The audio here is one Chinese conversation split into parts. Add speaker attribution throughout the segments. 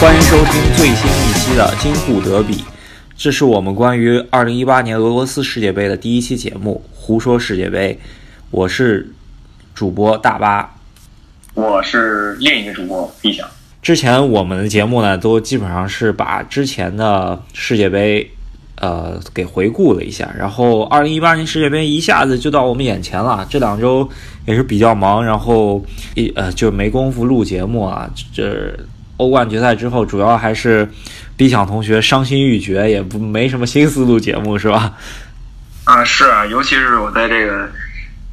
Speaker 1: 欢迎收听最新一期的《京沪德比》，这是我们关于二零一八年俄罗斯世界杯的第一期节目《胡说世界杯》，我是主播大巴。
Speaker 2: 我是另一个主播毕翔。
Speaker 1: 之前我们的节目呢，都基本上是把之前的世界杯，呃，给回顾了一下。然后，二零一八年世界杯一下子就到我们眼前了。这两周也是比较忙，然后一呃就没工夫录节目啊。这欧冠决赛之后，主要还是毕想同学伤心欲绝，也不没什么心思录节目，是吧？
Speaker 2: 啊，是啊，尤其是我在这个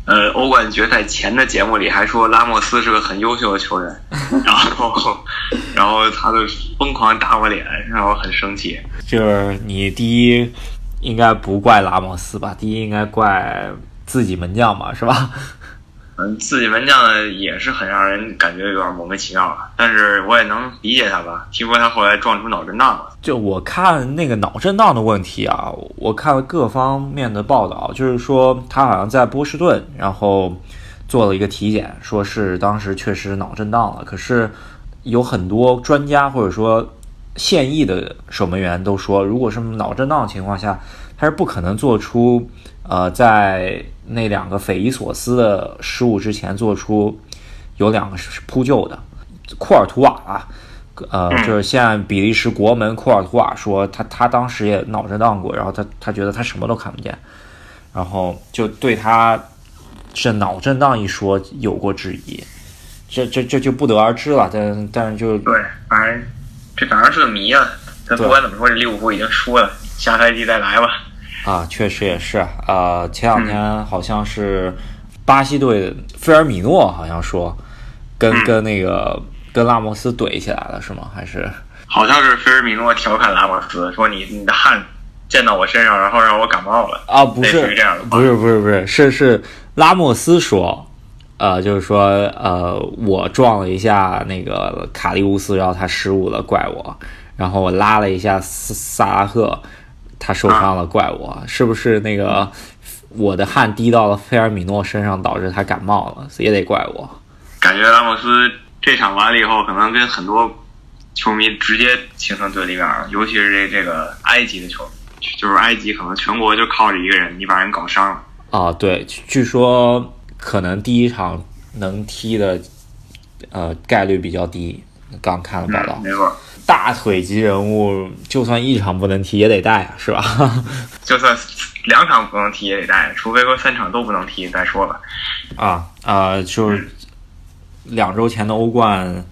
Speaker 2: 呃欧冠决赛前的节目里还说拉莫斯是个很优秀的球 员，然后然后他就疯狂打我脸，让我很生气。
Speaker 1: 就是你第一应该不怪拉莫斯吧？第一应该怪自己门将吧，是吧？
Speaker 2: 嗯，自己门将也是很让人感觉有点莫名其妙吧，但是我也能理解他吧。听说他后来撞出脑震荡了，
Speaker 1: 就我看那个脑震荡的问题啊，我看了各方面的报道，就是说他好像在波士顿，然后做了一个体检，说是当时确实脑震荡了。可是有很多专家或者说现役的守门员都说，如果是脑震荡的情况下，他是不可能做出呃在那两个匪夷所思的失误之前做出有两个是扑救的。库尔图瓦啊，呃，就是现在比利时国门库尔图瓦说他他当时也脑震荡过，然后他他觉得他什么都看不见，然后就对他这脑震荡一说有过质疑，这这这就不得而知了。但但是就
Speaker 2: 对，反正这反正是个谜啊。但不管怎么说，这利物浦已经输了，下赛季再来吧。
Speaker 1: 啊，确实也是啊、呃前两天好像是巴西队菲尔米诺好像说跟、跟那个跟拉莫斯怼起来了是吗？还是？
Speaker 2: 好像是菲尔米诺调侃拉莫斯说你：“你的汗溅到我身上，然后让我感冒了。
Speaker 1: 啊，不
Speaker 2: 类似
Speaker 1: 是
Speaker 2: 于这样的，
Speaker 1: 不是，不是，不是，是是拉莫斯说，呃，就是说，呃，我撞了一下那个卡利乌斯，然后他失误了，怪我；然后我拉了一下萨萨拉赫，他受伤
Speaker 2: 啊
Speaker 1: 了，怪我。是不是那个我的汗滴到了菲尔米诺身上，导致他感冒了，也得怪我。
Speaker 2: 感觉拉莫斯这场完了以后，可能跟很多球迷直接形成对立面了，尤其是这这个埃及的球迷，就是埃及可能全国就靠着一个人，你把人搞伤了。
Speaker 1: 啊，对，据据说可能第一场能踢的，呃，概率比较低。刚看了报道
Speaker 2: 嗯，，没错，
Speaker 1: 大腿级人物，就算一场不能踢也得带啊，是吧？
Speaker 2: 就算两场不能踢也得带，除非说三场都不能踢再说吧。
Speaker 1: 啊啊，就是两周前的欧冠，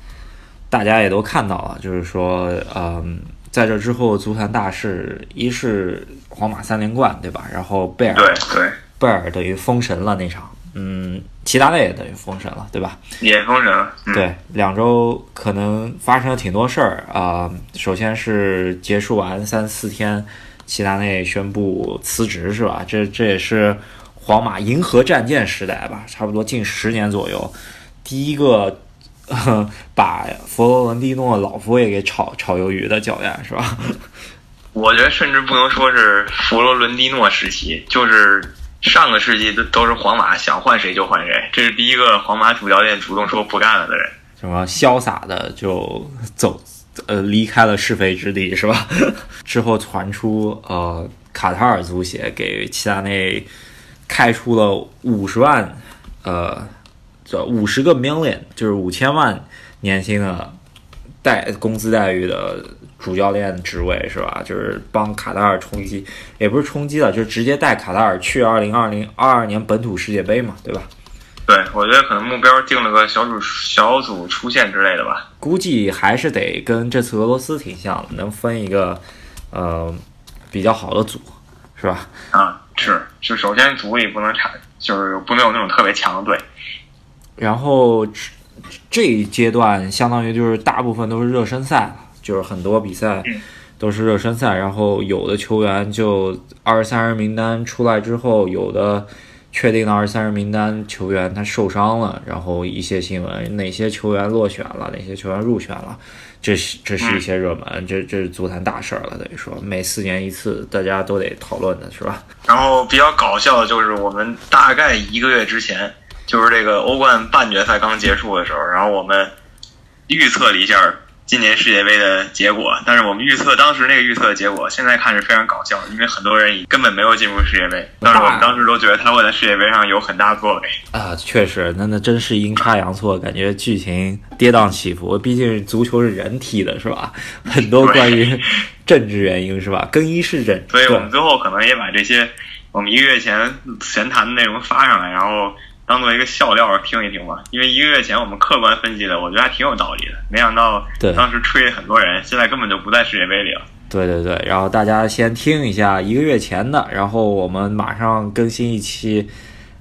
Speaker 1: 大家也都看到了，就是说，嗯，在这之后足坛大事，一是皇马三连冠，对吧？然后贝
Speaker 2: 对
Speaker 1: 尔
Speaker 2: 对，
Speaker 1: 贝尔等于封神了那场，嗯，齐达内也等于封神了，对吧？
Speaker 2: 也封神了。嗯、，
Speaker 1: 对，两周可能发生了挺多事儿啊、首先是结束完三四天，齐达内宣布辞职，是吧？这这也是皇马银河战舰时代吧，差不多近十年左右，第一个。 呃把佛罗伦蒂诺老佛爷给炒炒鱿鱼的教练是吧？
Speaker 2: 我觉得甚至不能说是佛罗伦蒂诺时期，就是上个世纪都都是皇马想换谁就换谁，这是第一个皇马主教练主动说不干了的人。
Speaker 1: 什么潇洒的就走，呃，离开了是非之地，是吧？ 之后传出呃，卡塔尔足协给齐达内开出了五十万，呃，这五十个 million 就是五千万年薪的待工资待遇的主教练职位，是吧？就是帮卡塔尔冲击，也不是冲击了，就直接带卡塔尔去二零二零二二年本土世界杯嘛，对吧？
Speaker 2: 对，我觉得可能目标定了个小组小组出线之类的吧。
Speaker 1: 估计还是得跟这次俄罗斯挺像的，能分一个呃比较好的组，是吧？
Speaker 2: 啊，是，就首先组里不能差，就是不能有那种特别强的队。
Speaker 1: 然后这这一阶段相当于就是大部分都是热身赛了，就是很多比赛都是热身赛，然后有的球员就二十三人名单出来之后，有的确定了二十三人名单球员他受伤了，然后一些新闻哪些球员落选了，哪些球员入选了，这是这是一些热门，这这是足坛大事儿了，等于说每四年一次，大家都得讨论的是吧？
Speaker 2: 然后比较搞笑的就是我们大概一个月之前就是这个欧冠半决赛刚结束的时候，然后我们预测了一下今年世界杯的结果，但是我们预测当时那个预测的结果，现在看是非常搞笑，因为很多人已根本没有进入世界杯，但是我们当时都觉得他会在世界杯上有很大作为。
Speaker 1: 啊，确实，那那真是阴差阳错，感觉剧情跌宕起伏。毕竟足球是人踢的，是吧？很多关于政治原因，是吧？更衣室政，
Speaker 2: 所以我们
Speaker 1: 对
Speaker 2: 最后可能也把这些我们一个月前闲谈的内容发上来，然后当做一个笑料听一听吧。因为一个月前我们客观分析的，我觉得还挺有道理的。没想到
Speaker 1: 对
Speaker 2: 当时吹了很多人，现在根本就不在世界杯里了。
Speaker 1: 对对对。然后大家先听一下一个月前的，然后我们马上更新一期，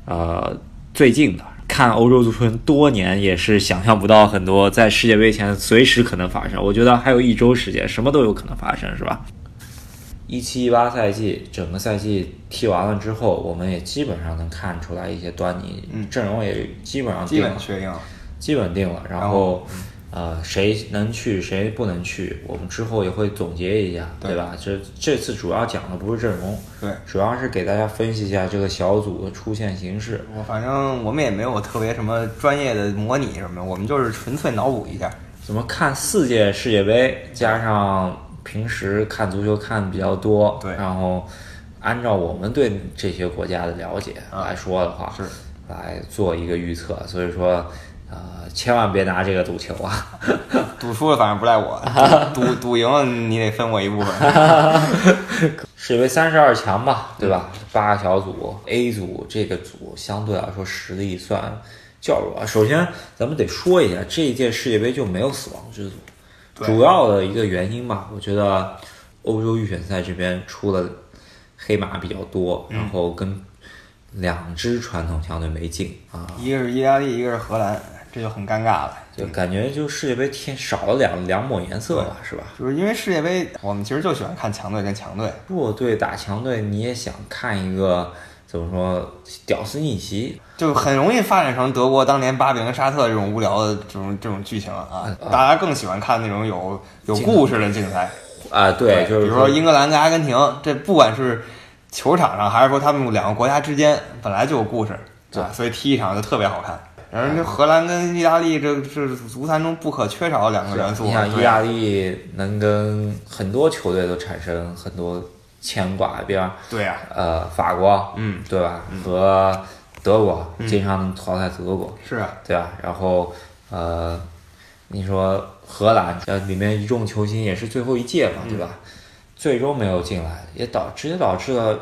Speaker 1: 呃，最近的。看欧洲足球多年，也是想象不到很多在世界杯前随时可能发生。我觉得还有一周时间，什么都有可能发生，是吧？一七一八赛季整个赛季踢完了之后，我们也基本上能看出来一些端倪，阵容也嗯基本上
Speaker 3: 基
Speaker 1: 定
Speaker 3: 本
Speaker 1: 了，
Speaker 3: 确定了。
Speaker 1: 基本定了。
Speaker 3: 哦
Speaker 1: 然后，
Speaker 3: 嗯
Speaker 1: 呃，谁能去，谁不能去，我们之后也会总结一下，对
Speaker 3: 对
Speaker 1: 吧？这这次主要讲的不是阵容，
Speaker 3: 对
Speaker 1: 主要是给大家分析一下这个小组的出现形式。
Speaker 3: 我反正我们也没有特别什么专业的模拟什么，我们就是纯粹脑补一下。
Speaker 1: 怎么看四届世界杯，加上平时看足球看比较多，
Speaker 3: 对
Speaker 1: 然后按照我们对这些国家的了解来说的话，
Speaker 3: 啊是
Speaker 1: 来做一个预测。所以说，呃，千万别拿这个赌球啊！
Speaker 3: 赌输了反正不赖我，赌赌赌赢了你得分我一部分。
Speaker 1: 世界杯三十二强吧，对吧？八个小组，A 组这个组相对来说实力算较弱。首先，咱们得说一下，这一届世界杯就没有死亡之组，主要的一个原因吧，我觉得欧洲预选赛这边出了黑马比较多，然后跟两支传统强队没进啊，
Speaker 3: 一个是意大利，一个是荷兰，这就很尴尬了。
Speaker 1: 就感觉就世界杯添少了两两抹颜色吧，是吧？
Speaker 3: 就是因为世界杯，我们其实就喜欢看强队跟强队。
Speaker 1: 弱队打强队，你也想看一个怎么说屌丝逆袭？
Speaker 3: 就很容易发展成德国当年八比零沙特这种无聊的这种这种剧情了啊！大家更喜欢看那种有有故事的竞赛，
Speaker 1: 啊，对，就是
Speaker 3: 比如说英格兰跟阿根廷，这不管是球场上还是说他们两个国家之间本来就有故事，对、啊，所以踢一场就特别好看。然
Speaker 1: 嗯
Speaker 3: 后这荷兰跟意大利，这这足坛中不可缺少的两个元素
Speaker 1: 你
Speaker 3: 啊。
Speaker 1: 想意大利能跟很多球队都产生很多牵挂，比方
Speaker 3: 对啊，
Speaker 1: 呃法国，
Speaker 3: 嗯，
Speaker 1: 对吧？和德国经常能淘汰德国，
Speaker 3: 是啊，
Speaker 1: 对吧？然后呃，你说荷兰，呃，里面一众球星也是最后一届嘛，对吧？
Speaker 3: 嗯
Speaker 1: 最终没有进来，也导直接导致了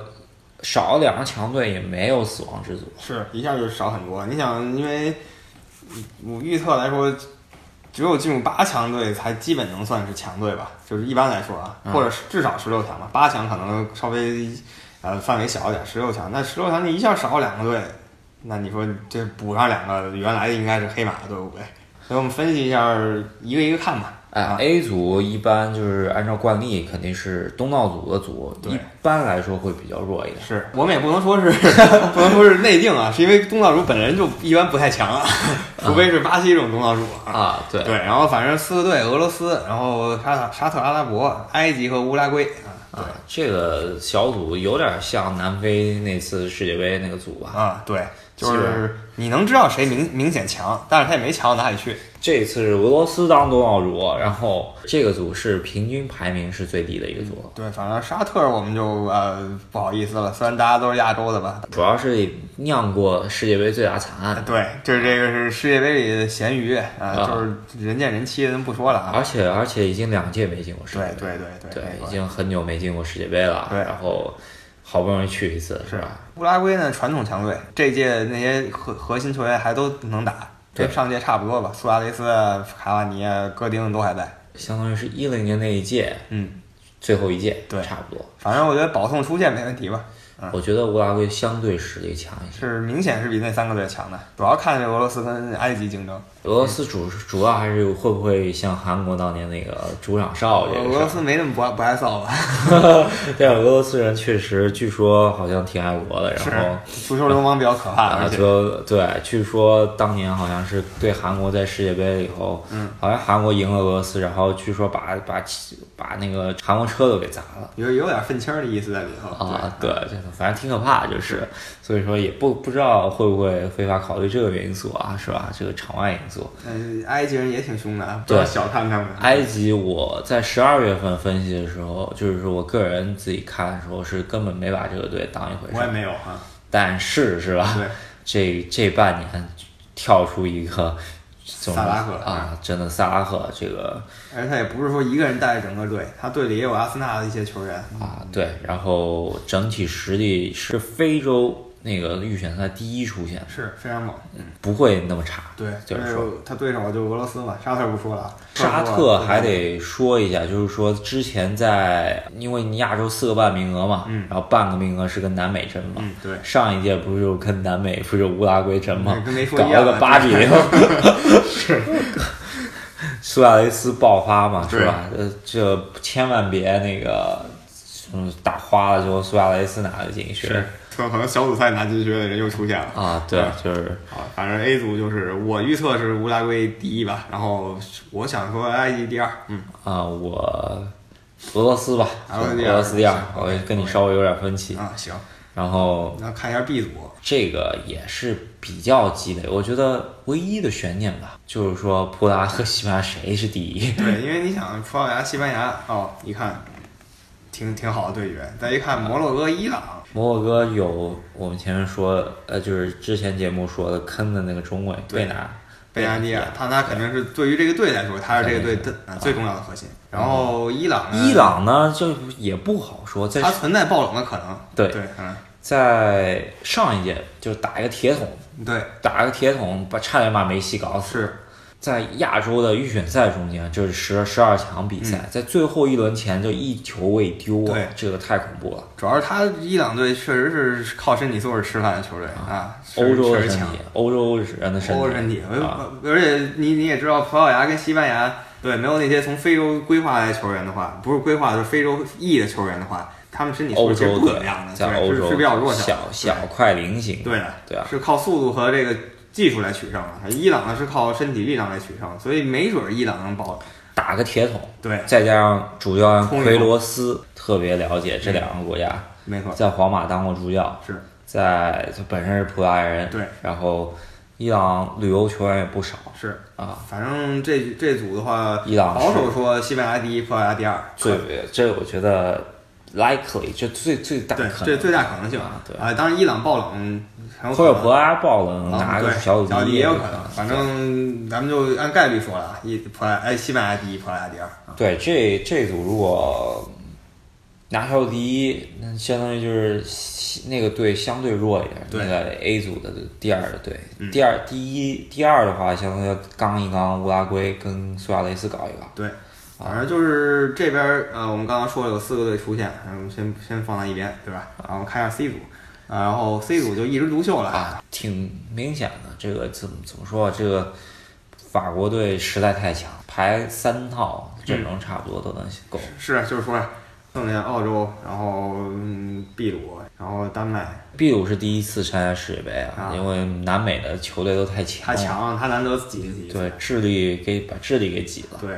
Speaker 1: 少了两个强队，也没有死亡之组。
Speaker 3: 是一下就少很多。你想，因为嗯我预测来说，只有进入八强队才基本能算是强队吧，就是一般来说啊，或者是至少十六强吧，八强可能稍微呃范围小一点，十六强，那十六强你一下少两个队，那你说这补上两个原来应该是黑马的队伍呗。所以我们分析一下，一个一个看吧。
Speaker 1: 哎
Speaker 3: 啊，
Speaker 1: ，A 组一般就是按照惯例，肯定是东道主的组，
Speaker 3: 对
Speaker 1: 一般来说会比较弱一点。
Speaker 3: 是我们也不能说是 不能说是内定啊，是因为东道主本人就一般不太强啊， 除非是巴西这种东道主啊。
Speaker 1: 啊，对
Speaker 3: 对，然后反正四个队：俄罗斯，然后沙特、沙特阿拉伯、埃及和乌拉圭啊
Speaker 1: 啊，这个小组有点像南非那次世界杯那个组吧。
Speaker 3: 啊，对，就是是你能知道谁明明显强，但是他也没强到哪里去。
Speaker 1: 这次是俄罗斯当东道主，然后这个组是平均排名是最低的一个组，
Speaker 3: 对，反正沙特我们就呃不好意思了，虽然大家都是亚洲的吧。
Speaker 1: 主要是酿过世界杯最大惨案。
Speaker 3: 嗯呃对，这这个是世界杯里的咸鱼啊，
Speaker 1: 啊
Speaker 3: 就是人见人欺，咱不说了啊。
Speaker 1: 而且而且已经两届没进过世界
Speaker 3: 对
Speaker 1: 杯，
Speaker 3: 对对
Speaker 1: 对
Speaker 3: 没错
Speaker 1: 已经很久没进过世界杯了。
Speaker 3: 对
Speaker 1: 然后好不容易去一次，是吧？
Speaker 3: 乌拉圭呢，传统强队，这届那些核核心球员还都能打，
Speaker 1: 对
Speaker 3: 跟上届差不多吧。苏亚雷斯啊、卡瓦尼啊、戈丁都还在。
Speaker 1: 相当于是一零年那一届
Speaker 3: 嗯，
Speaker 1: 最后一届，
Speaker 3: 对嗯
Speaker 1: 差不多。
Speaker 3: 反正我觉得保送出线没问题吧，
Speaker 1: 我觉得乌拉圭相对实力强一些，
Speaker 3: 是明显是比那三个队强的。主要看这俄罗斯跟埃及竞争，
Speaker 1: 俄罗斯
Speaker 3: 嗯
Speaker 1: 主主要还是会不会像韩国当年那个主场哨这
Speaker 3: 俄
Speaker 1: 个
Speaker 3: 罗
Speaker 1: 事
Speaker 3: 斯没那么不爱不爱臊吧？
Speaker 1: 儿。但啊俄罗斯人确实，据说好像挺爱国的，然后。
Speaker 3: 足球流氓比较可怕，
Speaker 1: 啊，
Speaker 3: 啊而且
Speaker 1: 就对，据说当年好像是对韩国在世界杯以后，嗯，好像韩国赢了俄罗斯，然后据说把把把那个韩国车都给砸了
Speaker 3: 有有点愤青的意思在里头。
Speaker 1: 啊，对，就反正挺可怕，就是所以说也不不知道会不会非法考虑这个因素啊，是吧？这个场外因素。
Speaker 3: 嗯，埃及人也挺凶的啊，不要
Speaker 1: 对
Speaker 3: 小看他们。
Speaker 1: 埃及我在十二月份分析的时候，就是说我个人自己看的时候是根本没把这个队当一回事
Speaker 3: 我也嗯
Speaker 1: 儿，
Speaker 3: 没有啊，
Speaker 1: 但是是吧？
Speaker 3: 对，
Speaker 1: 这这半年跳出一个怎么
Speaker 3: 萨拉赫嗯
Speaker 1: 啊，真的萨拉赫这个
Speaker 3: 而且他也不是说一个人带着整个队，他队里也有阿森纳的一些球员。
Speaker 1: 啊，对，然后整体实力是非洲那个预选赛第一出现，
Speaker 3: 是非常猛，
Speaker 1: 不会那么差。
Speaker 3: 对，
Speaker 1: 嗯就
Speaker 3: 就是是
Speaker 1: 说。
Speaker 3: 他对手就俄罗斯嘛，沙特不说了啊，
Speaker 1: 沙
Speaker 3: 说
Speaker 1: 特
Speaker 3: 了
Speaker 1: 还得说一下，就是说之前在，因为你亚洲四个半名额嘛，
Speaker 3: 嗯
Speaker 1: 然后半个名额是跟南美争嘛，
Speaker 3: 嗯对，
Speaker 1: 上一届不是就跟南美不是乌拉圭争吗
Speaker 3: 嗯？跟没说
Speaker 1: 搞
Speaker 3: 一样
Speaker 1: 了个
Speaker 3: 啊
Speaker 1: 八比零， 是苏亚雷斯爆发嘛，是吧？呃，这千万别那个，嗯，打花了之后苏亚雷斯拿了进去
Speaker 3: 是，可能小组赛拿进去的人又出现了。
Speaker 1: 啊，对，就是
Speaker 3: 啊，反正 A 组就是我预测是乌拉圭第一吧，然后我想说埃及第二，嗯，
Speaker 1: 啊，我俄罗斯吧，
Speaker 3: 俄罗斯
Speaker 1: 俄
Speaker 3: 第二
Speaker 1: 罗斯第二
Speaker 3: 是，
Speaker 1: 我跟你稍微有点分歧，
Speaker 3: 啊行，
Speaker 1: 然后
Speaker 3: 那看一下 B 组，
Speaker 1: 这个也是比较鸡肋，我觉得唯一的悬念吧，就是说葡萄牙和西班牙谁是第一？
Speaker 3: 对，因为你想葡萄牙、西班牙哦，一看挺挺好的对决，再一看摩洛哥、伊朗，
Speaker 1: 摩洛哥有我们前面说，呃，就是之前节目说的坑的那个中卫贝纳，
Speaker 3: 贝加利亚，他他肯定是对于这个队来说，他是这个队
Speaker 1: 肯定
Speaker 3: 的啊最重要的核心。然后伊朗呢，
Speaker 1: 伊朗呢就也不好说，在
Speaker 3: 它存在爆冷的可能，
Speaker 1: 对
Speaker 3: 对，嗯，
Speaker 1: 在上一届就打一个铁桶，
Speaker 3: 对，
Speaker 1: 打一个铁桶把差点把梅西搞死。
Speaker 3: 是
Speaker 1: 在亚洲的预选赛中间，就是十十二强比赛，在最后一轮前就一球未丢啊
Speaker 3: 对，
Speaker 1: 这个太恐怖了。
Speaker 3: 主要是他伊朗队确实是靠身体素质吃饭的球队啊，是
Speaker 1: 欧洲
Speaker 3: 确
Speaker 1: 的
Speaker 3: 实
Speaker 1: 身
Speaker 3: 强
Speaker 1: 体。，欧洲人的身体，
Speaker 3: 欧洲身体，
Speaker 1: 啊，
Speaker 3: 而而且你你也知道，葡萄牙跟西班牙，对，没有那些从非洲规划来的球员的话，不是规划，就是非洲裔的球员的话，他们身体素
Speaker 1: 欧
Speaker 3: 质是
Speaker 1: 洲
Speaker 3: 不怎
Speaker 1: 的
Speaker 3: 么样的，
Speaker 1: 在
Speaker 3: 对，
Speaker 1: 欧
Speaker 3: 是
Speaker 1: 洲
Speaker 3: 是比较弱
Speaker 1: 小
Speaker 3: 的，
Speaker 1: 小快灵型，
Speaker 3: 对的，
Speaker 1: 对啊
Speaker 3: 是靠速度和这个技术来取胜的。伊朗呢是靠身体力量来取胜，所以没准儿伊朗能保。
Speaker 1: 打个铁桶，
Speaker 3: 对，
Speaker 1: 再加上主教练
Speaker 3: 冲一冲
Speaker 1: 奎罗斯特别了解这两个国家，
Speaker 3: 没错，
Speaker 1: 在皇马当过助教，
Speaker 3: 嗯是
Speaker 1: 在就本身是葡萄牙人，
Speaker 3: 对，
Speaker 1: 然后伊朗旅游球员也不少
Speaker 3: 是。
Speaker 1: 啊，
Speaker 3: 反正这这组的话，
Speaker 1: 伊朗
Speaker 3: 保
Speaker 1: 是
Speaker 3: 守说西班牙第一，葡萄牙第二，啊
Speaker 1: 最这我觉得 likely 就最最大
Speaker 3: 对，
Speaker 1: 可
Speaker 3: 这
Speaker 1: 能，
Speaker 3: 最大可能性
Speaker 1: 啊对
Speaker 3: 啊，当然伊朗爆冷很有可
Speaker 1: 或者
Speaker 3: 能。
Speaker 1: 葡萄牙爆冷嗯拿个
Speaker 3: 啊对
Speaker 1: 小
Speaker 3: 小
Speaker 1: 组第一
Speaker 3: 也有可能，反正咱们就按概率说了啊，一葡萄牙哎西班牙第一，葡萄牙第二啊，
Speaker 1: 对，这这组如果拿下第一，那相当于就是西那个队相对弱一点，
Speaker 3: 对
Speaker 1: 那个 A 组的第二的队，第二第一第二的话，相当于要刚一刚乌拉圭跟苏亚雷斯搞一搞。
Speaker 3: 对，
Speaker 1: 啊
Speaker 3: 反正就是这边儿呃，我们刚刚说了有四个队出现，然后我们先先放在一边，对吧？然后看一下 C 组，啊然后 C 组就一枝独秀了，
Speaker 1: 啊，挺明显的，这个怎么怎么说啊？这个法国队实在太强，排三套阵容差不多都能够。
Speaker 3: 是啊就是说剩下澳洲，然后嗯秘鲁，然后丹麦，
Speaker 1: 秘鲁是第一次参加世界杯啊，
Speaker 3: 啊
Speaker 1: 因为南美的球队都太强
Speaker 3: 他
Speaker 1: 了，
Speaker 3: 强，他难得挤进去一次
Speaker 1: 哦对，智利给把智利给挤了。
Speaker 3: 对，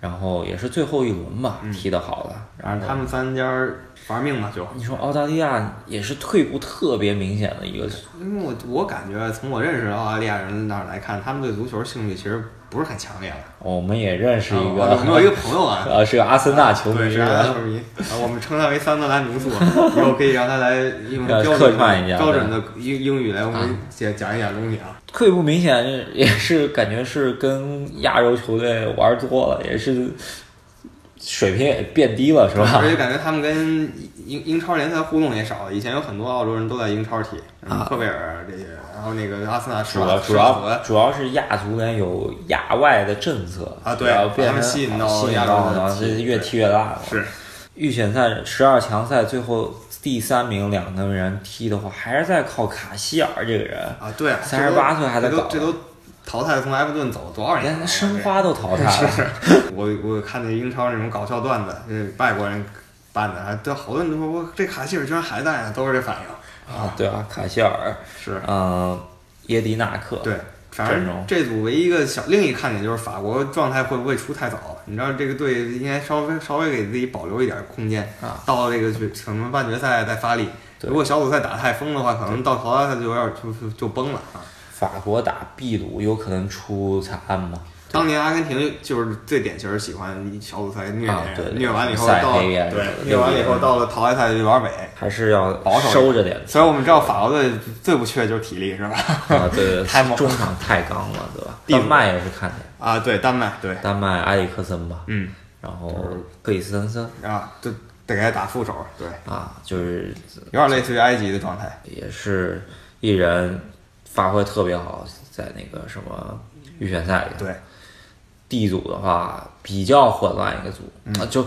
Speaker 1: 然后也是最后一轮吧，
Speaker 3: 嗯
Speaker 1: 踢得好的。
Speaker 3: 反正他们三家儿玩命嘛就。
Speaker 1: 你说澳大利亚也是退步特别明显的一个，
Speaker 3: 因为我我感觉从我认识的澳大利亚人那儿来看，他们对足球兴趣其实不是很强烈的。
Speaker 1: 我们也认识一个，
Speaker 3: 啊我我有一个朋友 啊，
Speaker 1: 呃，是个阿森纳球
Speaker 3: 对，
Speaker 1: 迷
Speaker 3: 是
Speaker 1: 吧，
Speaker 3: 篮球迷，啊，我们称他为桑德兰名宿，以后可以让他来用
Speaker 1: 呃
Speaker 3: 标准
Speaker 1: 客串一下啊
Speaker 3: 标准的英英语来我们讲讲一讲东西啊。
Speaker 1: 退步明显，也是感觉是跟亚洲球队玩多了，也是水平也变低了，是吧
Speaker 3: 而？且感觉他们跟英英超联赛互动也少，以前有很多澳洲人都在英超踢，嗯
Speaker 1: 啊
Speaker 3: 科贝尔这些，然后那个阿森纳
Speaker 1: 主
Speaker 3: 施瓦
Speaker 1: 要
Speaker 3: 施
Speaker 1: 主
Speaker 3: 瓦
Speaker 1: 要
Speaker 3: 泽，
Speaker 1: 主要是亚足联有亚外的政策
Speaker 3: 啊对
Speaker 1: 然后变成
Speaker 3: 把他们吸引到
Speaker 1: 吸引
Speaker 3: 亚洲
Speaker 1: 到
Speaker 3: 的
Speaker 1: 然后这
Speaker 3: 踢
Speaker 1: 越
Speaker 3: 对
Speaker 1: 踢越大了。
Speaker 3: 是
Speaker 1: 预选赛十二强赛最后第三名两个人踢的话，还是在靠卡希尔这个人，
Speaker 3: 啊，对啊，这都
Speaker 1: 38岁还在
Speaker 3: 这都
Speaker 1: 搞
Speaker 3: 这都淘汰从埃弗顿走多少年
Speaker 1: 连
Speaker 3: 了？啊
Speaker 1: 申花都淘汰了。
Speaker 3: 我我看那英超那种搞笑段子，就是外国人办的，还都好多人都说我这卡希尔居然还在啊呢，都是这反应
Speaker 1: 啊，对啊，卡希尔，
Speaker 3: 是
Speaker 1: 嗯、耶迪纳克，
Speaker 3: 对，反
Speaker 1: 阵
Speaker 3: 正
Speaker 1: 容
Speaker 3: 这组唯一一个小另一看点就是法国状态会不会出太早？你知道这个队应该稍微稍微给自己保留一点空间
Speaker 1: 啊，
Speaker 3: 到这个什么半决赛再发力。
Speaker 1: 对
Speaker 3: 如果小组赛打太疯的话，可能到淘汰赛就有点就就就崩了啊。
Speaker 1: 法国打秘鲁有可能出惨案吗？
Speaker 3: 当年阿根廷就是最典型儿喜欢小组赛虐
Speaker 1: 啊对
Speaker 3: 人，虐完了以后
Speaker 1: 晒
Speaker 3: 到
Speaker 1: 黑呀
Speaker 3: 对
Speaker 1: 什么的
Speaker 3: 虐完了以后到了淘汰赛就有点萎。
Speaker 1: 还是要
Speaker 3: 保守
Speaker 1: 收着点
Speaker 3: 虽然我们知道法国队最不缺的就是体力，是吧？
Speaker 1: 啊，对，
Speaker 3: 太猛
Speaker 1: 中场太刚了，对吧？
Speaker 3: 地主
Speaker 1: 丹麦也是看的，
Speaker 3: 啊，对，丹麦对，
Speaker 1: 丹麦埃里克森吧，
Speaker 3: 嗯
Speaker 1: 然后克里斯滕森
Speaker 3: 啊，就得给他打副手，对，
Speaker 1: 啊，就是
Speaker 3: 有点类似于埃及的状态。
Speaker 1: 也是一人发挥特别好，在那个什么预选赛里，
Speaker 3: 对，
Speaker 1: D 组的话比较混乱一个组，
Speaker 3: 嗯
Speaker 1: 啊，就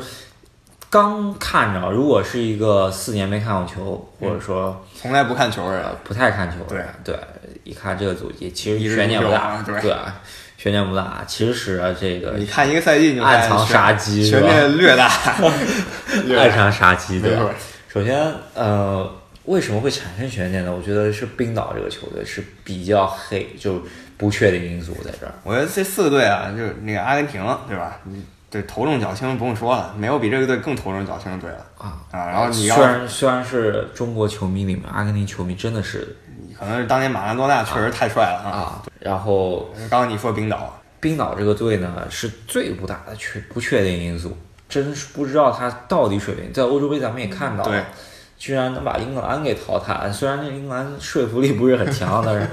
Speaker 1: 刚看着，如果是一个四年没看过球，或者说
Speaker 3: 从来不看球的人
Speaker 1: 呃，不太看球的
Speaker 3: 嗯对
Speaker 1: 人，对一看这个组也其
Speaker 3: 一
Speaker 1: 实
Speaker 3: 日
Speaker 1: 悬念
Speaker 3: 无
Speaker 1: 不
Speaker 3: 忧
Speaker 1: 大
Speaker 3: 啊，对
Speaker 1: 对啊，悬念不大。其实啊这个
Speaker 3: 你看一个赛季你就发现
Speaker 1: 暗藏杀机
Speaker 3: 悬
Speaker 1: 是吧
Speaker 3: 念略大， 略
Speaker 1: 爱
Speaker 3: 大。
Speaker 1: 上杀机，对
Speaker 3: 没
Speaker 1: 吧
Speaker 3: 错？
Speaker 1: 首先，呃，为什么会产生悬念呢？我觉得是冰岛这个球队是比较黑，就不确定因素在这儿。
Speaker 3: 我觉得这四个队啊，就是那个阿根廷，对吧？你这头重脚轻，不用说了，没有比这个队更头重脚轻的队了
Speaker 1: 啊
Speaker 3: 啊！然后你要
Speaker 1: 虽然虽然是中国球迷里面，阿根廷球迷真的是
Speaker 3: 可能是当年马拉多纳确实太帅了啊！
Speaker 1: 啊，然后
Speaker 3: 刚刚你说冰岛，
Speaker 1: 冰岛这个队呢是最不大的确不确定因素，真是不知道他到底水平。在欧洲杯咱们也看到
Speaker 3: 嗯对
Speaker 1: 了，居然能把英格兰给淘汰，虽然这英格兰说服力不是很强，但 是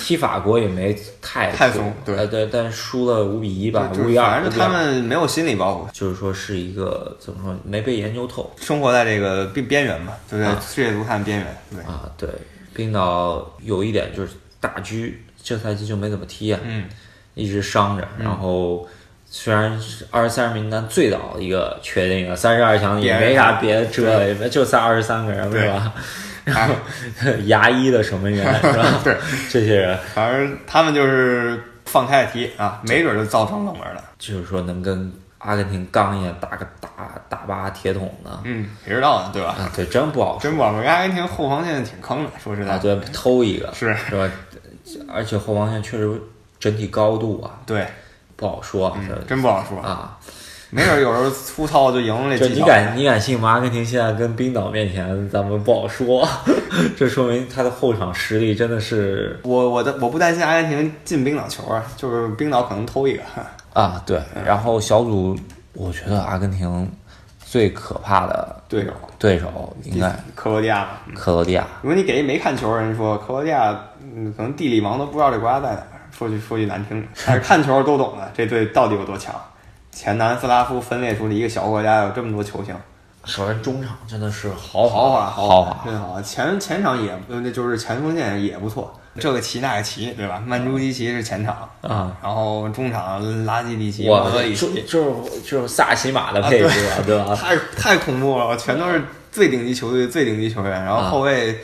Speaker 1: 踢法国也没太
Speaker 3: 太
Speaker 1: 输
Speaker 3: 怂对
Speaker 1: 呃对，但是输了五比一吧，
Speaker 3: 就
Speaker 1: 五
Speaker 3: 是
Speaker 1: 比二，
Speaker 3: 反正
Speaker 1: 5-2
Speaker 3: 他们没有心理包袱，
Speaker 1: 就是说是一个怎么说没被研究透
Speaker 3: 生活在这个边边缘嘛，对不对？
Speaker 1: 啊
Speaker 3: 世界足坛边缘，对，
Speaker 1: 啊。对，冰岛有一点就是大狙，这赛季就没怎么踢啊。
Speaker 3: 嗯，
Speaker 1: 一直伤着，然后虽然是二十三名单最早的一个确定了，三十二强也没啥别的遮了，也没就仨二十三个人
Speaker 3: 对啊
Speaker 1: 是吧？ 然后牙医的守门员是吧？
Speaker 3: 对，
Speaker 1: 这些人
Speaker 3: 反正他们就是放开了踢啊，没准就造成冷门了。
Speaker 1: 就是说能跟阿根廷刚一样打个大大巴铁桶呢？
Speaker 3: 嗯，谁知道呢，对吧？
Speaker 1: 啊，对，真不好说
Speaker 3: 真不好说，阿根廷后防线挺坑的，说实在
Speaker 1: 啊，
Speaker 3: 的，
Speaker 1: 对，偷一个
Speaker 3: 是
Speaker 1: 是吧？而且后防线确实整体高度啊
Speaker 3: 对，
Speaker 1: 不好说啊，这
Speaker 3: 真不好说，
Speaker 1: 啊，
Speaker 3: 没准有时候粗糙就赢了
Speaker 1: 就
Speaker 3: 这
Speaker 1: 你
Speaker 3: 几 场。
Speaker 1: 敢你敢信吗？阿根廷现在跟冰岛面前，咱们不好说， 这说明他的后场实力真的是
Speaker 3: 我我的我不担心阿根廷进冰岛球啊，就是冰岛可能偷一个。
Speaker 1: 啊，对。然后小组，我觉得阿根廷最可怕的
Speaker 3: 对手
Speaker 1: 对手应该
Speaker 3: 克罗地亚嘛，
Speaker 1: 克罗地亚
Speaker 3: 如果你给一没看球的人说克罗地亚，嗯，可能地理盲都不知道这国家在哪儿。说句说句难听的，但是看球都懂的，这队到底有多强？前南斯拉夫分裂出了一个小国家，有这么多球星，
Speaker 1: 首先中场真的是豪
Speaker 3: 豪华
Speaker 1: 豪
Speaker 3: 华，真好。前前场也，呃那就是前锋线也不错，这个齐那个齐，对吧？曼朱基奇是前场，
Speaker 1: 啊！
Speaker 3: 然后中场拉基蒂奇、
Speaker 1: 哇
Speaker 3: 莫德，里
Speaker 1: 就
Speaker 3: 奇，
Speaker 1: 就是就是萨奇马的配置啊，对吧？
Speaker 3: 太太恐怖了，全都是最顶级球队、最顶级球员。然后
Speaker 1: 啊
Speaker 3: 后卫，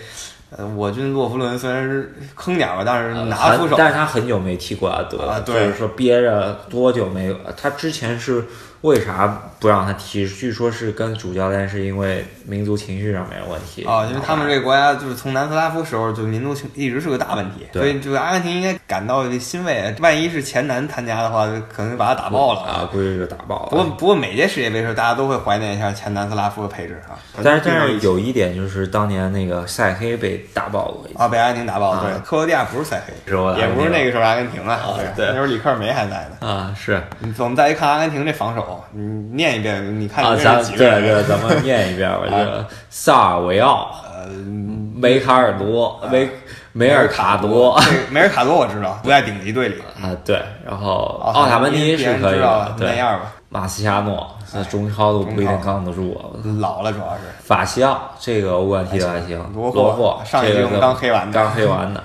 Speaker 3: 呃，我军洛夫伦虽然是坑点儿吧，但是
Speaker 1: 呃
Speaker 3: 拿得出
Speaker 1: 很
Speaker 3: 手。
Speaker 1: 但是他很久没踢国家队了，
Speaker 3: 啊对
Speaker 1: 就是说憋着多久没有？他之前是为啥不让他踢？据说是跟主教练是因为民族情绪上面有问题
Speaker 3: 啊，因为他们这个国家就是从南斯拉夫时候就民族性一直是个大问题，
Speaker 1: 对
Speaker 3: 所以就是阿根廷应该感到欣慰。万一是前南参加的话，可能就把他打爆了。
Speaker 1: 啊，估计就打爆
Speaker 3: 不过
Speaker 1: 了。
Speaker 3: 不过每届世界杯的时候，大家都会怀念一下前南斯拉夫的配置啊。
Speaker 1: 但是但是有一点就是当年那个塞黑被打爆过一次，
Speaker 3: 啊，被阿根廷打爆，
Speaker 1: 啊
Speaker 3: 对，克罗地亚不是塞
Speaker 1: 是吧
Speaker 3: 黑，也不是那个时候阿根廷啊，
Speaker 1: 对
Speaker 3: 那时候里克尔梅还在呢。
Speaker 1: 啊 是
Speaker 3: 你我们再一看阿根廷这防守，你念一遍，你看
Speaker 1: 啊，
Speaker 3: 你这
Speaker 1: 咱
Speaker 3: 是几
Speaker 1: 对
Speaker 3: 个人？啊
Speaker 1: 对，咱们念一遍吧，这个萨尔维奥、
Speaker 3: 呃，嗯
Speaker 1: 梅卡尔多、梅梅尔卡多
Speaker 3: 这个梅尔卡多我知道，不在顶级队里。
Speaker 1: 啊对，然后
Speaker 3: 哦
Speaker 1: 奥塔门迪是可以
Speaker 3: 知道
Speaker 1: 的，
Speaker 3: 那
Speaker 1: 对。
Speaker 3: 样吧，
Speaker 1: 马斯恰诺，
Speaker 3: 哎
Speaker 1: 那中超都不一定扛得住我。
Speaker 3: 老了主要是。
Speaker 1: 法西奥这个欧冠踢的还行，
Speaker 3: 哎罗
Speaker 1: 罗
Speaker 3: 霍上一
Speaker 1: 这
Speaker 3: 季
Speaker 1: 个
Speaker 3: 我们刚黑完的
Speaker 1: 刚黑完的。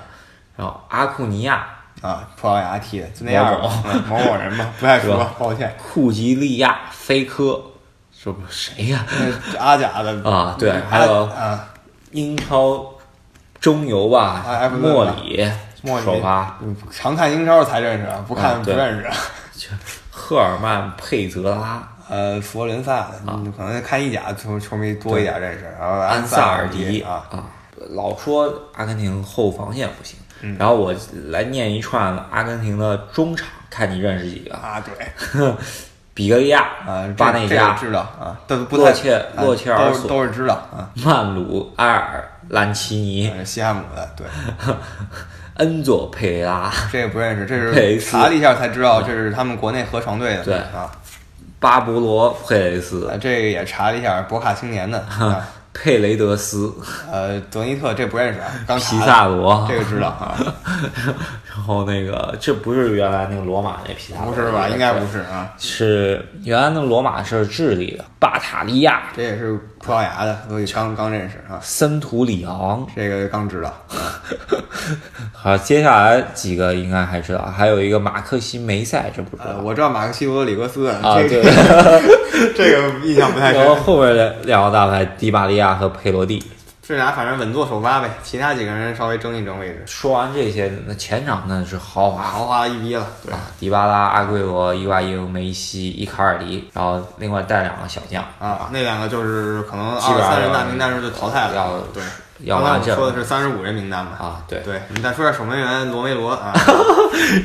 Speaker 1: 然后阿库尼亚、
Speaker 3: 啊，葡萄牙踢的就那样吧，嗯某某人嘛，不太
Speaker 1: 是
Speaker 3: 说
Speaker 1: 吧，
Speaker 3: 抱歉。
Speaker 1: 库吉利亚、菲科，这不谁呀、
Speaker 3: 那阿甲的
Speaker 1: 啊对
Speaker 3: 阿
Speaker 1: 还有
Speaker 3: 啊，
Speaker 1: 英超中游
Speaker 3: 哎哎
Speaker 1: 吧，
Speaker 3: 不对
Speaker 1: 莫里
Speaker 3: 莫里
Speaker 1: 首发，
Speaker 3: 嗯常看英超才认识，不看
Speaker 1: 嗯
Speaker 3: 不
Speaker 1: 对
Speaker 3: 认识。
Speaker 1: 赫尔曼、佩泽拉、
Speaker 3: 呃，佛罗伦萨
Speaker 1: 啊
Speaker 3: 的，你可能看意甲球球迷多一点认识，然后
Speaker 1: 安
Speaker 3: 萨
Speaker 1: 萨尔
Speaker 3: 迪
Speaker 1: 迪
Speaker 3: 啊，
Speaker 1: 老说阿根廷后防线不行，
Speaker 3: 嗯
Speaker 1: 然后我来念一串阿根廷的中场，看你认识几个啊？
Speaker 3: 啊对，
Speaker 1: 比格利亚、
Speaker 3: 啊，
Speaker 1: 巴内
Speaker 3: 这这
Speaker 1: 加
Speaker 3: 个、知道啊，都不
Speaker 1: 洛
Speaker 3: 太
Speaker 1: 切
Speaker 3: 啊
Speaker 1: 洛切
Speaker 3: 都
Speaker 1: 尔
Speaker 3: 是
Speaker 1: 索
Speaker 3: 都是知道啊，
Speaker 1: 曼努埃尔、兰奇尼、
Speaker 3: 呃西汉姆的， 对，
Speaker 1: 恩佐佩雷拉、
Speaker 3: 这个不认识，这
Speaker 1: 佩
Speaker 3: 是
Speaker 1: 斯嗯
Speaker 3: 查了一下才知道，这是他们国内合成队的，
Speaker 1: 对
Speaker 3: 啊，
Speaker 1: 巴勃罗佩雷斯
Speaker 3: 呃、、这个也查了一下博卡青年的， 啊、
Speaker 1: 佩雷德斯、
Speaker 3: 呃，德尼特这不认识啊，刚查
Speaker 1: 皮
Speaker 3: 的
Speaker 1: 萨罗，
Speaker 3: 这个知道啊，
Speaker 1: 然后那个这不是原来那个罗马那皮萨罗，
Speaker 3: 不 是吧？应该不
Speaker 1: 是，
Speaker 3: 是啊，
Speaker 1: 是原来那个罗马是智利的，巴塔利亚、
Speaker 3: 这也是葡萄牙的，所以刚刚认识啊，
Speaker 1: 森图里昂。
Speaker 3: 这个刚知道，
Speaker 1: 好，接下来几个应该还知道，还有一个马克西梅塞，这不知道。
Speaker 3: 呃，我知道马克西罗里格斯，
Speaker 1: 啊
Speaker 3: 这个 这个印象不太
Speaker 1: 然后
Speaker 3: 深，
Speaker 1: 后面的两个大牌，迪马利亚和佩罗蒂。
Speaker 3: 这俩反正稳坐首发呗，其他几个人稍微争一争位置，
Speaker 1: 说完这些，那前场那是豪华
Speaker 3: 豪华一逼了，对，
Speaker 1: 啊，迪巴拉、阿圭罗、伊瓜耶、梅西、伊卡尔迪，然后另外带两个小将，
Speaker 3: 啊，那两个就是可能
Speaker 1: 基
Speaker 3: 二
Speaker 1: 本
Speaker 3: 十
Speaker 1: 上
Speaker 3: 三人大名单时候就淘汰了。
Speaker 1: 要
Speaker 3: 对，
Speaker 1: 要
Speaker 3: 刚
Speaker 1: 完
Speaker 3: 才我
Speaker 1: 整
Speaker 3: 说的是三十五人名单嘛。
Speaker 1: 啊，对。
Speaker 3: 对，你再说下守门员罗梅 罗啊，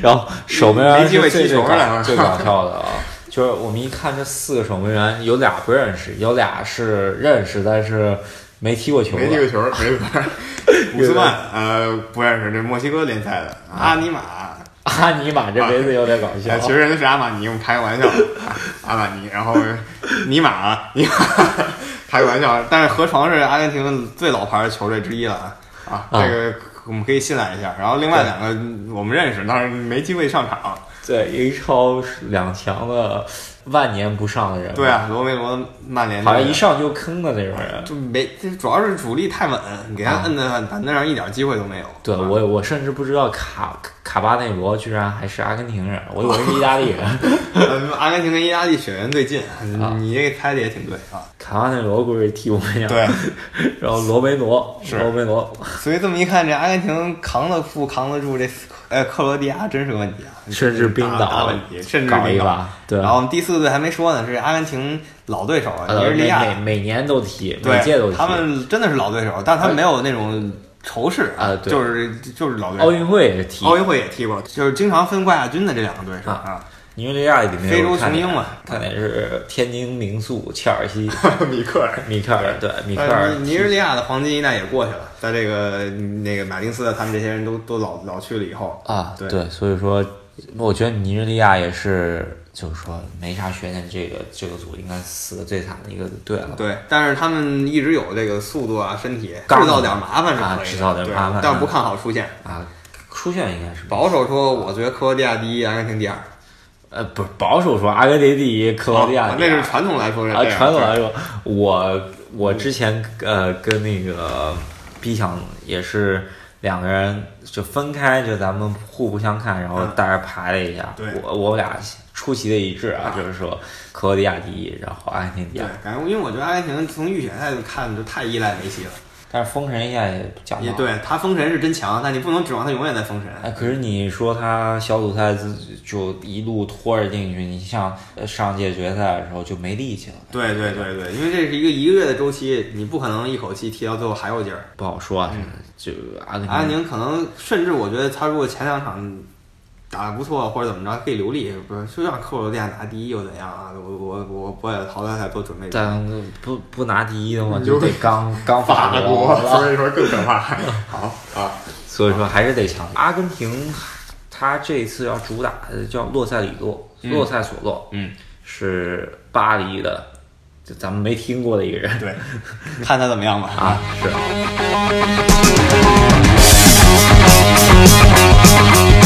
Speaker 1: 然后守门员
Speaker 3: 没机
Speaker 1: 是
Speaker 3: 会
Speaker 1: 最
Speaker 3: 踢
Speaker 1: 最
Speaker 3: 球了
Speaker 1: 搞最搞笑的啊，就是我们一看这四个守门员，有俩不认识，有俩是认识但是没踢过球的。
Speaker 3: 球，没 法。古斯曼，呃，不认识，这墨西哥联赛的
Speaker 1: 啊
Speaker 3: 阿尼玛，
Speaker 1: 阿尼玛这名字有点搞笑
Speaker 3: 呃，其实人家是阿玛尼，我们开个玩笑，啊阿玛尼，然后尼玛，啊尼玛，开个玩笑。但是河床是阿根廷最老牌的球队之一了啊啊，这
Speaker 1: 啊
Speaker 3: 个我们可以信赖一下。然后另外两个我们认识，但是没机会上场。
Speaker 1: 对英超两强的万年不上的人，
Speaker 3: 对，啊，哎罗梅罗曼联
Speaker 1: 好像一上就坑的那种人。
Speaker 3: 就没，这主要是主力太稳，给他摁在板凳上一点机会都没有。
Speaker 1: 对
Speaker 3: 啊
Speaker 1: 我，我甚至不知道卡卡巴内罗居然还是阿根廷人，我以为是意大利人。
Speaker 3: 呃阿根廷跟意大利血缘最近，啊
Speaker 1: 啊
Speaker 3: 你这个猜的也挺对啊。
Speaker 1: 卡巴内罗估计是替补门将，
Speaker 3: 对，
Speaker 1: 然后罗梅罗，
Speaker 3: 是
Speaker 1: 罗梅罗，
Speaker 3: 所以这么一看，这阿根廷扛得住，扛得住这呃克罗地亚真是个问题啊，
Speaker 1: 甚至冰岛
Speaker 3: 大大问题，甚至
Speaker 1: 搞一
Speaker 3: 冰岛。
Speaker 1: 把，对。呃
Speaker 3: 然后我们第四队还没说呢，是阿根廷老对手啊，尼日利亚，
Speaker 1: 每每每年都踢，每届都
Speaker 3: 对，
Speaker 1: 踢。
Speaker 3: 他们真的是老对手，但他们没有那种仇视
Speaker 1: 啊对
Speaker 3: 就是就是老对手。
Speaker 1: 奥运会也踢，
Speaker 3: 奥运会也踢过，就是经常分冠亚军的这两个对手啊，
Speaker 1: 尼日利亚里面
Speaker 3: 非洲雄鹰嘛，
Speaker 1: 看点是天津名宿切尔 西、
Speaker 3: 米克尔。
Speaker 1: 米克尔，对啊米克尔
Speaker 3: 呃，尼尼日利亚的黄金一代也过去了，在这个那个马丁斯的他们这些人都都老老去了以后，
Speaker 1: 啊，
Speaker 3: 对
Speaker 1: 对，所以说，我觉得尼日利亚也是，就是说没啥悬念，这个这个组应该死的最惨的一个队了。
Speaker 3: 对，但是他们一直有这个速度啊、身体，
Speaker 1: 刚
Speaker 3: 制造点麻烦是
Speaker 1: 啊
Speaker 3: 可以的，
Speaker 1: 制造点
Speaker 3: 对
Speaker 1: 麻烦嗯
Speaker 3: 但是不看好出现。
Speaker 1: 啊，出现应该是
Speaker 3: 保守说，我觉得克罗地亚第一，阿根廷第二。
Speaker 1: 呃不保守说阿根廷第一，克罗地亚
Speaker 3: 啊
Speaker 1: 第
Speaker 3: 那
Speaker 1: 二
Speaker 3: 是传统来说是
Speaker 1: 啊
Speaker 3: 这样
Speaker 1: 传统来
Speaker 3: 对
Speaker 1: 说，我我之前呃跟那个 B 强也是两个人就分开，就咱们互不相看，然后大家排了一下，
Speaker 3: 嗯对
Speaker 1: 我我们俩出奇的一致啊，就是说克罗地亚第一，然后阿根廷第
Speaker 3: 对
Speaker 1: 二。，
Speaker 3: 感觉因为我觉得阿根廷从预选赛就看就太依赖梅西了，
Speaker 1: 但是封神一下也讲不
Speaker 3: 也
Speaker 1: 好。
Speaker 3: 对他封神是真强，但你不能指望他永远在封神。
Speaker 1: 啊哎，可是你说他小组赛自就一路拖着进去，你像呃上届决赛的时候就没力气了，
Speaker 3: 对对对对，因为这是一个一个月的周期，你不可能一口气踢到最后还有劲儿。
Speaker 1: 不好说啊。这个就阿根
Speaker 3: 阿根
Speaker 1: 廷
Speaker 3: 哎廷可能甚至我觉得他如果前两场打得不错或者怎么着可以留力，不是就让克罗地亚拿第一又怎样啊？我我我我也淘汰赛多准备准备。
Speaker 1: 但不不拿第一的话，就得刚刚法了，
Speaker 3: 以说更可 怕。好啊，
Speaker 1: 所以说还是得强。阿根廷他这次要主打的叫洛塞里洛，洛塞索洛，
Speaker 3: 嗯，
Speaker 1: 是巴黎的，就咱们没听过的一个人
Speaker 3: 对，看他怎么样吧。
Speaker 1: 啊，是。
Speaker 4: Thank